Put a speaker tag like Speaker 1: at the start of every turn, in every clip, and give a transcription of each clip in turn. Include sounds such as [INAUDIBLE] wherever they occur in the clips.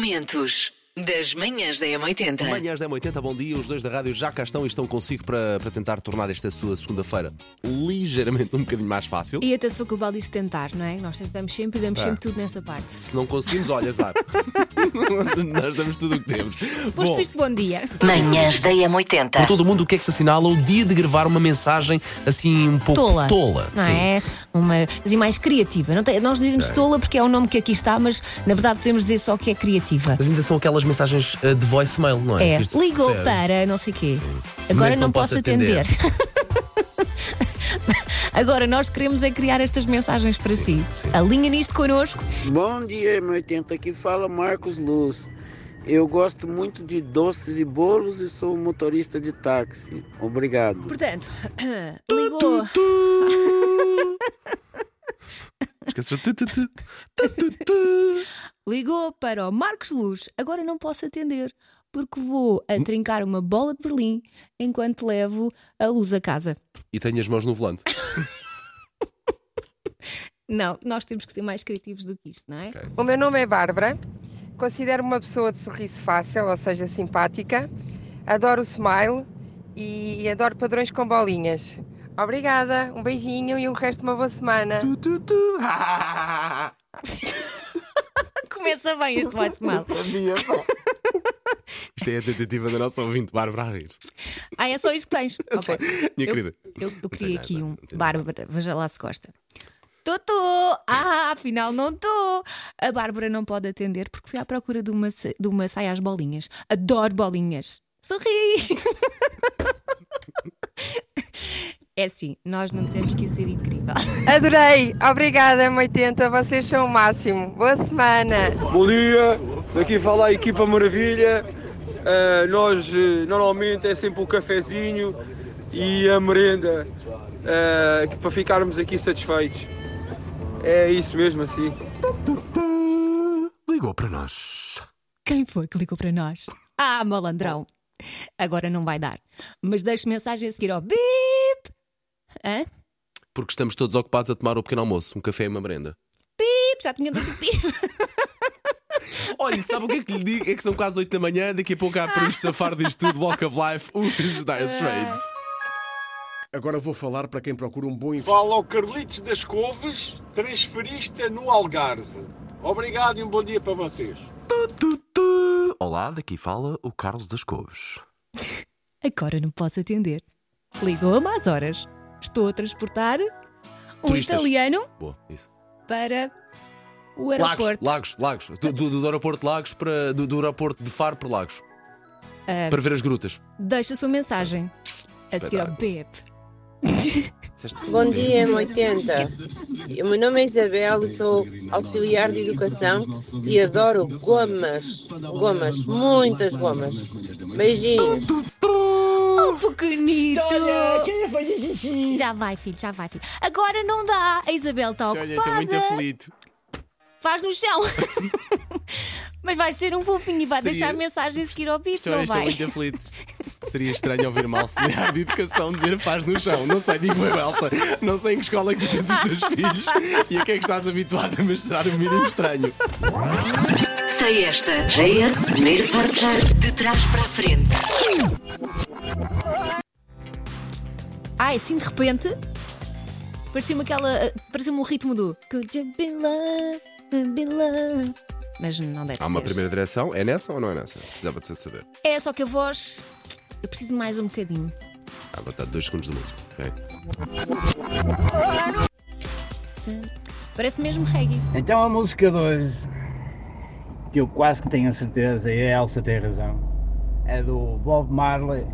Speaker 1: Momentos das manhãs da
Speaker 2: É.
Speaker 1: M80.
Speaker 3: Manhãs 10h80, bom dia. Os dois da rádio já cá estão e estão consigo para, para tentar tornar esta sua segunda-feira ligeiramente um bocadinho mais fácil.
Speaker 2: E atenção que o Baldi disse tentar, não é? Nós tentamos sempre e damos
Speaker 3: Tá.
Speaker 2: sempre tudo nessa parte.
Speaker 3: Se não conseguimos, olha,
Speaker 2: [LAUGHS]
Speaker 3: azar. Nós damos tudo o que temos.
Speaker 2: Posto isto, bom
Speaker 3: [LAUGHS]
Speaker 2: dia.
Speaker 1: Manhãs da
Speaker 3: Por
Speaker 1: M80.
Speaker 3: todo o mundo, o que é que se assinala? O dia de gravar uma mensagem assim um pouco
Speaker 2: Tola. não
Speaker 3: sim.
Speaker 2: é? Uma, assim, mais criativa. Não tem- nós dizemos tola porque é o nome que aqui está, mas na verdade podemos dizer só que é criativa.
Speaker 3: Mas ainda são aquelas mensagens eh, de voicemail, não é?
Speaker 2: É,
Speaker 3: Que isto se
Speaker 2: ligou
Speaker 3: recebe.
Speaker 2: para não sei quê. Agora
Speaker 3: Nem
Speaker 2: não posso atender. [LAUGHS] Agora nós queremos é criar estas mensagens para
Speaker 3: Sim,
Speaker 2: si.
Speaker 3: sim.
Speaker 2: Alinha nisto connosco.
Speaker 4: Bom dia, M80. Aqui fala Marcos Luz. Eu gosto muito de doces e bolos e sou motorista de táxi. Obrigado.
Speaker 2: Portanto, [COUGHS] ligou.
Speaker 3: Esqueces o tu, tu, tu, tu, tu, tu.
Speaker 2: Ligou para o Marcos Luz, agora não posso atender, porque vou a trincar uma bola de Berlim enquanto levo a luz a casa.
Speaker 3: E tenho as mãos no volante.
Speaker 2: Não, nós temos que ser mais criativos do que isto, não é?
Speaker 5: O meu nome é Bárbara, considero-me uma pessoa de sorriso fácil, ou seja, simpática. Adoro o smile e adoro padrões com bolinhas. Obrigada, um beijinho e um resto de uma boa semana.
Speaker 3: Tu, tu, [LAUGHS] tu. Ah!
Speaker 2: Começa bem [LAUGHS] este voice mal.
Speaker 3: [LAUGHS] Isto é a tentativa da nossa ouvinte, Bárbara a rir
Speaker 2: Ah, é só isto que tens. Ok.
Speaker 3: Minha
Speaker 2: Eu-
Speaker 3: querida.
Speaker 2: Eu, eu queria
Speaker 3: nada,
Speaker 2: aqui um.
Speaker 3: não tem
Speaker 2: Bárbara, veja lá se gosta. Totô! Ah, afinal não estou! A Bárbara não pode atender porque fui à procura de uma, sa- de uma saia às bolinhas. Adoro bolinhas! Sorri! [LAUGHS] É assim, nós não dissemos que ia ser incrível.
Speaker 5: Adorei, obrigada, M80, vocês são o máximo. Boa semana.
Speaker 6: Bom dia, daqui fala a equipa Maravilha. Ah, nós eh, normalmente é sempre o cafezinho e a merenda ah, que- para ficarmos aqui satisfeitos. É isso mesmo assim.
Speaker 3: Tá, Ligou para nós.
Speaker 2: Quem foi que ligou para nós? Ah, malandrão! Agora não vai dar. Mas deixo mensagem a seguir ao bip! Hã?
Speaker 3: Porque estamos todos ocupados a tomar o pequeno almoço, um café e uma merenda.
Speaker 2: Bip! Já tinha dado o bip!
Speaker 3: Olha, sabe o que é que lhe digo? É que são quase 8 da manhã, daqui a pouco há para nos safar disto tudo. Walk of Life, um os Dire Straits.
Speaker 7: Agora vou falar para quem procura um bom investimento.
Speaker 8: Fala ao Carlitos das Couves, transferista no Algarve. Obrigado e um bom dia para vocês.
Speaker 3: Olá, daqui fala o Carlos das Couves.
Speaker 2: Agora não posso atender. Ligou a más horas. Estou a transportar um
Speaker 3: Turistas.
Speaker 2: italiano
Speaker 3: Boa, isso.
Speaker 2: para o
Speaker 3: Lagos,
Speaker 2: aeroporto.
Speaker 3: Lagos, Lagos. Do, do- do aeroporto de Lagos para. Do, do aeroporto de Faro para Lagos. Para ver as grutas.
Speaker 2: Deixa a sua mensagem. A seguir ao BEP.
Speaker 3: Disseste-
Speaker 9: Bom dia, M80. O meu nome é Isabel, sou auxiliar de educação e adoro gomas. Gomas, muitas gomas. Beijinhos.
Speaker 2: Oh, pequenito! Já vai, filho, já vai, filho. Agora não dá. A Isabel está ocupada.
Speaker 3: Olha, estou muito aflito.
Speaker 2: Faz no chão. [LAUGHS] Mas vai ser um fofinho e vai
Speaker 3: Seria-
Speaker 2: deixar a mensagem a seguir ao BEP,
Speaker 3: Estou,
Speaker 2: não
Speaker 3: estou
Speaker 2: vai?
Speaker 3: muito aflito. Seria estranho ouvir uma auxiliar de educação dizer faz no chão. Não sei, digo eu, Elsa. Não sei em que escola é que tens os teus filhos e a que é que estás habituado a mostrar o mínimo estranho.
Speaker 1: Sei esta. JS, primeiro forjar de trás para a frente.
Speaker 2: Ah, assim de repente parecia-me aquela. eh, parecia-me o ritmo do Could you be love, be love? Mas não deve
Speaker 3: Há
Speaker 2: ser.
Speaker 3: uma primeira direção, é nessa ou não é nessa? Precisava de saber.
Speaker 2: É só que a voz. Eu preciso de mais um bocadinho.
Speaker 3: Ah, vou dar dois segundos de música. ok?
Speaker 2: Parece mesmo reggae.
Speaker 10: Então a música 2, que eu quase que tenho a certeza, e a Elsa tem razão, é do Bob Marley,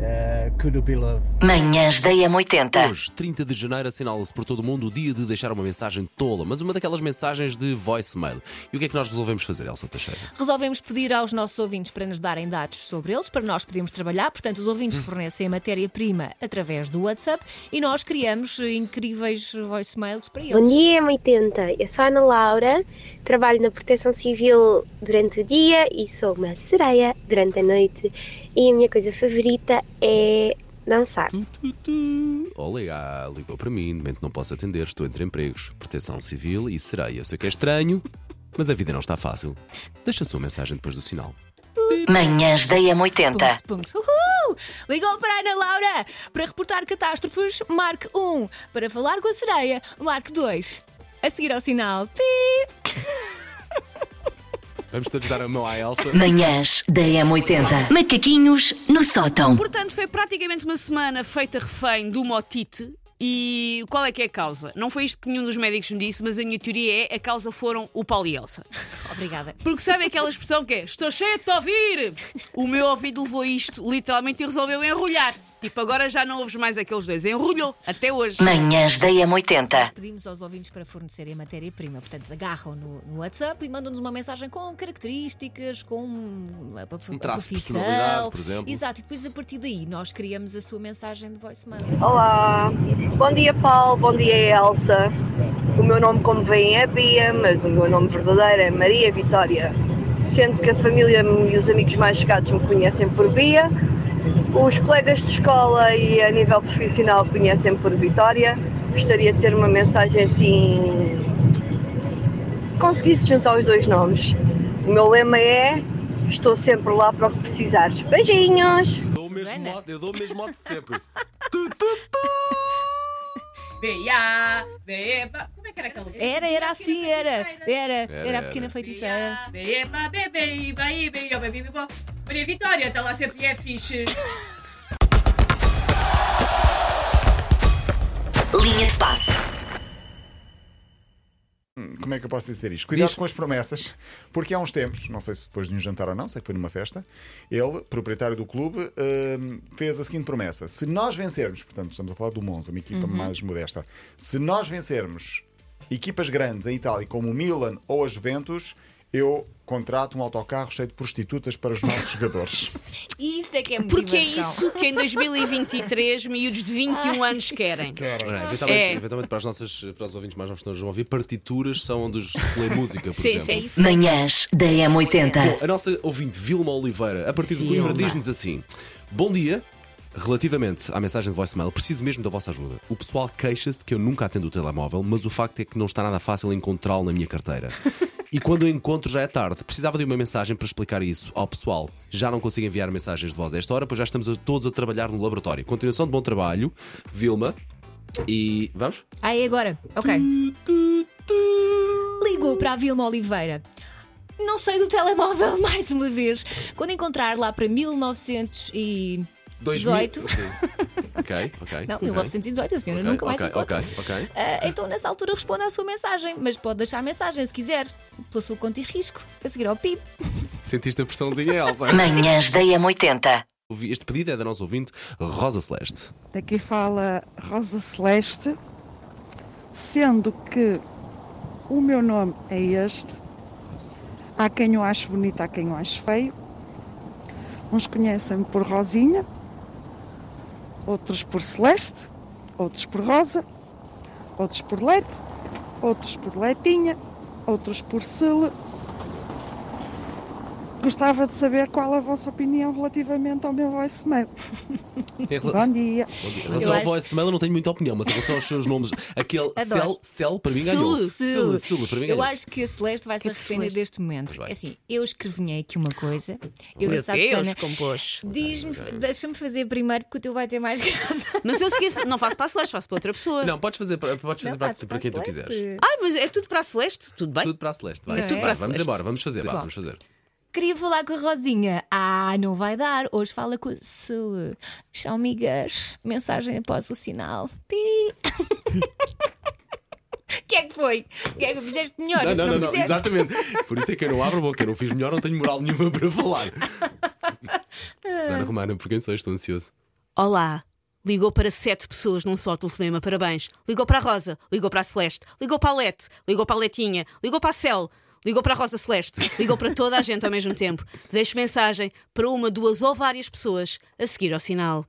Speaker 10: eh, Could You Be Love.
Speaker 1: Manhãs da M80.
Speaker 3: Tá. Hoje, 30 de janeiro, assinala-se por todo o mundo o dia de deixar uma mensagem tola, mas uma daquelas mensagens de voicemail. E o que é que nós resolvemos fazer, Elsa Teixeira?
Speaker 2: Resolvemos pedir aos nossos ouvintes para nos darem dados sobre eles, para nós podermos trabalhar. Portanto, os ouvintes fornecem a matéria-prima através do WhatsApp e nós criamos eh, incríveis voicemails para eles.
Speaker 11: Bom dia, M80. Eu sou a Ana Laura, trabalho na Proteção Civil durante o dia e sou uma sereia durante a noite. E a minha coisa favorita é dançar.
Speaker 3: Olá, ligou para mim, de momento não posso atender, estou entre empregos, proteção civil e sereia. Eu sei que é estranho, Mas a vida não está fácil. Deixa a sua mensagem depois do sinal.
Speaker 1: Manhãs da M80.
Speaker 2: Punks, punks, uhul! Ligou para a Ana Laura para reportar catástrofes, marque 1. Para falar com a sereia, marque 2. A seguir ao sinal, pi!
Speaker 3: Vamos todos dar a mão à Elsa.
Speaker 1: Manhãs da M80. Macaquinhos no sótão.
Speaker 12: Portanto, foi praticamente uma semana feita refém do motite. E qual é que é a causa? Não foi isto que nenhum dos médicos me disse, mas a minha teoria é a causa foram o Paulo e a Elsa.
Speaker 2: Obrigada.
Speaker 12: Porque sabem aquela expressão que é estou cheio de ouvir? O meu ouvido levou isto literalmente e resolveu enrolhar. Tipo, agora já não ouves mais aqueles dois. Enrolhou, até hoje.
Speaker 1: Manhãs da M80.
Speaker 2: Pedimos aos ouvintes para fornecerem a matéria-prima. Portanto, agarram no, no WhatsApp e mandam-nos uma mensagem com características, com eh, a, a
Speaker 3: Um traço de
Speaker 2: profissão.
Speaker 3: personalidade, por exemplo.
Speaker 2: Exato, e depois a partir daí nós criamos a sua mensagem de voicemail.
Speaker 13: Olá, bom dia Paulo, bom dia Elsa. O meu nome, como veem, é Bia, mas o meu nome verdadeiro é Maria Vitória. Sendo que a família e os amigos mais chegados me conhecem por Bia, os colegas de escola e a nível profissional conhecem por Vitória. Gostaria de ter uma mensagem assim. conseguisse juntar os dois nomes. O meu lema é: estou sempre lá para o que precisares. Beijinhos!
Speaker 3: o mesmo modo, eu dou o mesmo modo de [LAUGHS] sempre.
Speaker 12: Beia, beba. Como é que era aquela música?
Speaker 2: Era, era assim, era. Era, era,
Speaker 12: Era,
Speaker 2: a pequena
Speaker 12: era.
Speaker 2: feiticeira.
Speaker 12: Beba, beba, iba, iba, iba, iba, iba. Maria Vitória, está lá sempre e é fixe.
Speaker 1: Linha de passe.
Speaker 14: Hum, Como é que eu posso dizer isto? Cuidado com as promessas, porque há uns tempos, não sei se depois de um jantar ou não, sei que foi numa festa, ele, proprietário do clube, hum, fez a seguinte promessa: se nós vencermos, portanto, estamos a falar do Monza, uma equipa
Speaker 15: Uhum.
Speaker 14: mais modesta, se nós vencermos equipas grandes em Itália, como o Milan ou a Juventus, eu contrato um autocarro cheio de prostitutas para os nossos jogadores.
Speaker 2: Isso é que é motivação.
Speaker 12: Porque é isso que em 2023 miúdos de 21 anos querem.
Speaker 3: Ora, eventualmente,
Speaker 12: É.
Speaker 3: eventualmente para, os nossos, para os ouvintes mais novos que vão ouvir, partituras são onde os- se lê música, por
Speaker 12: Sim,
Speaker 3: exemplo.
Speaker 12: sim, isso.
Speaker 1: Manhãs da M80.
Speaker 3: Bom, a nossa ouvinte Vilma Oliveira, a partir do
Speaker 1: Vilma.
Speaker 3: Coimbra, diz-nos assim: Bom dia. Relativamente à mensagem de voicemail, preciso mesmo da vossa ajuda. O pessoal queixa-se de que eu nunca atendo o telemóvel, mas o facto é que não está nada fácil encontrá-lo na minha carteira. E quando o encontro já é tarde, precisava de uma mensagem para explicar isso ao pessoal. Já não consigo enviar mensagens de voz a esta hora, pois já estamos a- todos a trabalhar no laboratório. Continuação de bom trabalho, Vilma. E vamos?
Speaker 2: Aí agora, ok. Ligou para a Vilma Oliveira. Não sei do telemóvel [LAUGHS] mais uma vez. Quando encontrar lá para 1918.
Speaker 3: 2000. Sim. ok, ok.
Speaker 2: Não,
Speaker 3: ok.
Speaker 2: 1918, a senhora
Speaker 3: Ok,
Speaker 2: nunca mais
Speaker 3: ok,
Speaker 2: encontra.
Speaker 3: ok, ok.
Speaker 2: Ah, então, nessa altura, responde à sua mensagem, mas pode deixar mensagem se quiser, pela sua conta e risco, a seguir ao PIB.
Speaker 3: Sentiste a pressãozinha, Elsa?
Speaker 1: Manhãs da M80.
Speaker 3: Este pedido é da nossa ouvinte Rosa Celeste.
Speaker 16: Daqui fala Rosa Celeste, sendo que o meu nome é este. Há quem o ache bonito, há quem o ache feio. Uns conhecem por Rosinha, outros por Celeste, outros por Rosa, outros por Lete, outros por Letinha, outros por Sele. Gostava de saber qual a vossa opinião relativamente ao meu voicemail.
Speaker 3: Em rela-
Speaker 16: Bom dia.
Speaker 3: Bom dia. Em
Speaker 16: Eu
Speaker 3: relação ao
Speaker 16: acho-
Speaker 3: voicemail, eu não tenho muita opinião, mas em relação aos seus nomes, aquele Cel,
Speaker 2: Adoro.
Speaker 3: Cel, para mim ganhou.
Speaker 2: Sul,
Speaker 3: Sul,
Speaker 2: Sul.
Speaker 3: Sul, para mim
Speaker 2: Eu
Speaker 3: ganhou.
Speaker 2: acho que a Celeste vai se arrepender deste momento. É assim, eu escrevinhei aqui uma coisa. Eu
Speaker 12: Meu
Speaker 2: disse à
Speaker 12: Deus,
Speaker 2: Susana.
Speaker 12: compôs.
Speaker 2: Diz-me, deixa-me fazer primeiro, porque o teu vai ter mais [LAUGHS] graça.
Speaker 12: Mas eu segui, não faço para a Celeste, faço para outra pessoa.
Speaker 3: Não, podes fazer, para- podes fazer
Speaker 12: Não,
Speaker 3: para,
Speaker 12: faço
Speaker 3: para quem tu quiseres.
Speaker 12: Ai, mas é tudo para a Celeste? Tudo bem?
Speaker 3: Tudo para a Celeste. Vai.
Speaker 12: É tudo
Speaker 3: Vai,
Speaker 12: para a
Speaker 3: vamos
Speaker 12: Celeste.
Speaker 3: embora, vamos fazer. vá,
Speaker 2: Bom.
Speaker 3: vamos fazer.
Speaker 2: Queria falar com a Rosinha. Ah, não vai dar. Hoje fala com a Sule. Tchau, amigas. Mensagem após o sinal. Pi. [LAUGHS] O que é que foi? O que é que fizeste melhor?
Speaker 3: Não, não, não, não,
Speaker 2: fizeste?
Speaker 3: exatamente. Por isso é que eu não abro a boca, eu não fiz melhor, não tenho moral nenhuma para falar. Susana
Speaker 2: Ah.
Speaker 3: Romana, por quem sou? Estou ansioso.
Speaker 12: Olá. Ligou para sete pessoas num só telefonema, parabéns. Ligou para a Rosa, ligou para a Celeste, ligou para a Lete, ligou para a Letinha, ligou para a Cel, ligou para a Rosa Celeste, ligou para toda a gente ao mesmo tempo. Deixe mensagem para uma, duas ou várias pessoas a seguir ao sinal.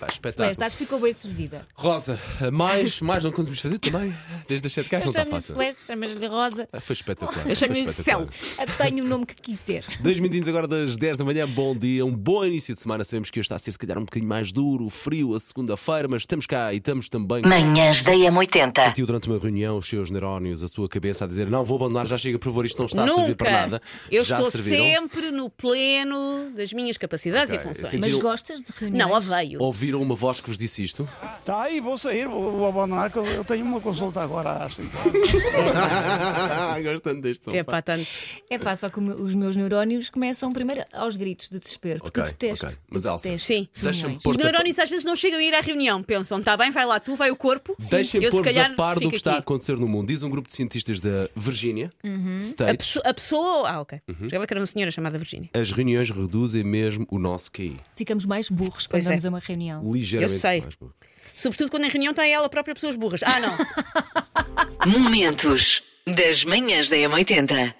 Speaker 3: Pá, espetáculo.
Speaker 2: Celeste, tá- acho que ficou bem servida.
Speaker 3: Rosa, mais, mais não conseguimos fazer também? Desde as 7 cá
Speaker 2: Eu
Speaker 3: não está
Speaker 2: chamo-lhe
Speaker 3: fácil.
Speaker 2: Celeste, chamas-lhe Rosa.
Speaker 3: Ah, Foi espetacular.
Speaker 2: Eu chamo-lhe
Speaker 3: foi
Speaker 2: Céu.
Speaker 3: espetacular.
Speaker 2: Apanho o nome que quiser.
Speaker 3: Dois minutinhos agora das 10 da manhã, bom dia, um bom início de semana. Sabemos que hoje está a ser se calhar um bocadinho mais duro, frio, a segunda-feira, mas estamos cá e estamos também.
Speaker 1: Manhãs da M80.
Speaker 3: Sentiu durante uma reunião os seus neurónios, a sua cabeça a dizer: Não, vou abandonar, já chega por favor, isto não está a servir para nada.
Speaker 12: Eu
Speaker 3: já
Speaker 12: estou
Speaker 3: serviram.
Speaker 12: sempre no pleno das minhas capacidades
Speaker 3: Ok,
Speaker 12: e funções.
Speaker 3: sentiram- Mas
Speaker 12: gostas de reuniões? Não, a veio.
Speaker 3: Ouviram uma voz que vos disse isto?
Speaker 15: Tá aí, vou sair, vou, vou abandonar, que eu, eu tenho uma consulta agora às cinco horas.
Speaker 3: [LAUGHS] Gostando deste som, pá.
Speaker 12: tanto.
Speaker 2: É pá, só que o meu- os meus neurónios começam primeiro aos gritos de desespero, porque
Speaker 3: Ok,
Speaker 2: eu detesto.
Speaker 3: ok. Mas,
Speaker 2: eu
Speaker 3: Elsa,
Speaker 2: detesto
Speaker 3: Sim. deixa-me
Speaker 2: reuniões.
Speaker 12: Os neurónios às vezes não chegam a ir à reunião. Pensam, está bem, vai lá tu, vai o corpo.
Speaker 3: Deixem
Speaker 12: eu se
Speaker 3: pôr-vos
Speaker 12: calhar
Speaker 3: a par do que
Speaker 12: fico
Speaker 3: está a
Speaker 12: aqui. Uhum.
Speaker 3: acontecer no mundo. Diz um grupo de cientistas da Virgínia,
Speaker 12: A,
Speaker 3: States,
Speaker 12: pesso- a pessoa. Ah, ok.
Speaker 3: Uhum.
Speaker 12: Chegava que era uma senhora chamada Virginia.
Speaker 3: as reuniões reduzem mesmo o nosso QI.
Speaker 2: Ficamos mais burros quando
Speaker 12: Pois é.
Speaker 2: vamos a uma reunião.
Speaker 3: Ligeiramente.
Speaker 12: Eu sei.
Speaker 3: mais burro.
Speaker 12: Sobretudo quando em reunião está ela
Speaker 3: [LAUGHS]
Speaker 12: própria pessoas burras. Ah, não.
Speaker 1: Momentos das manhãs da M80.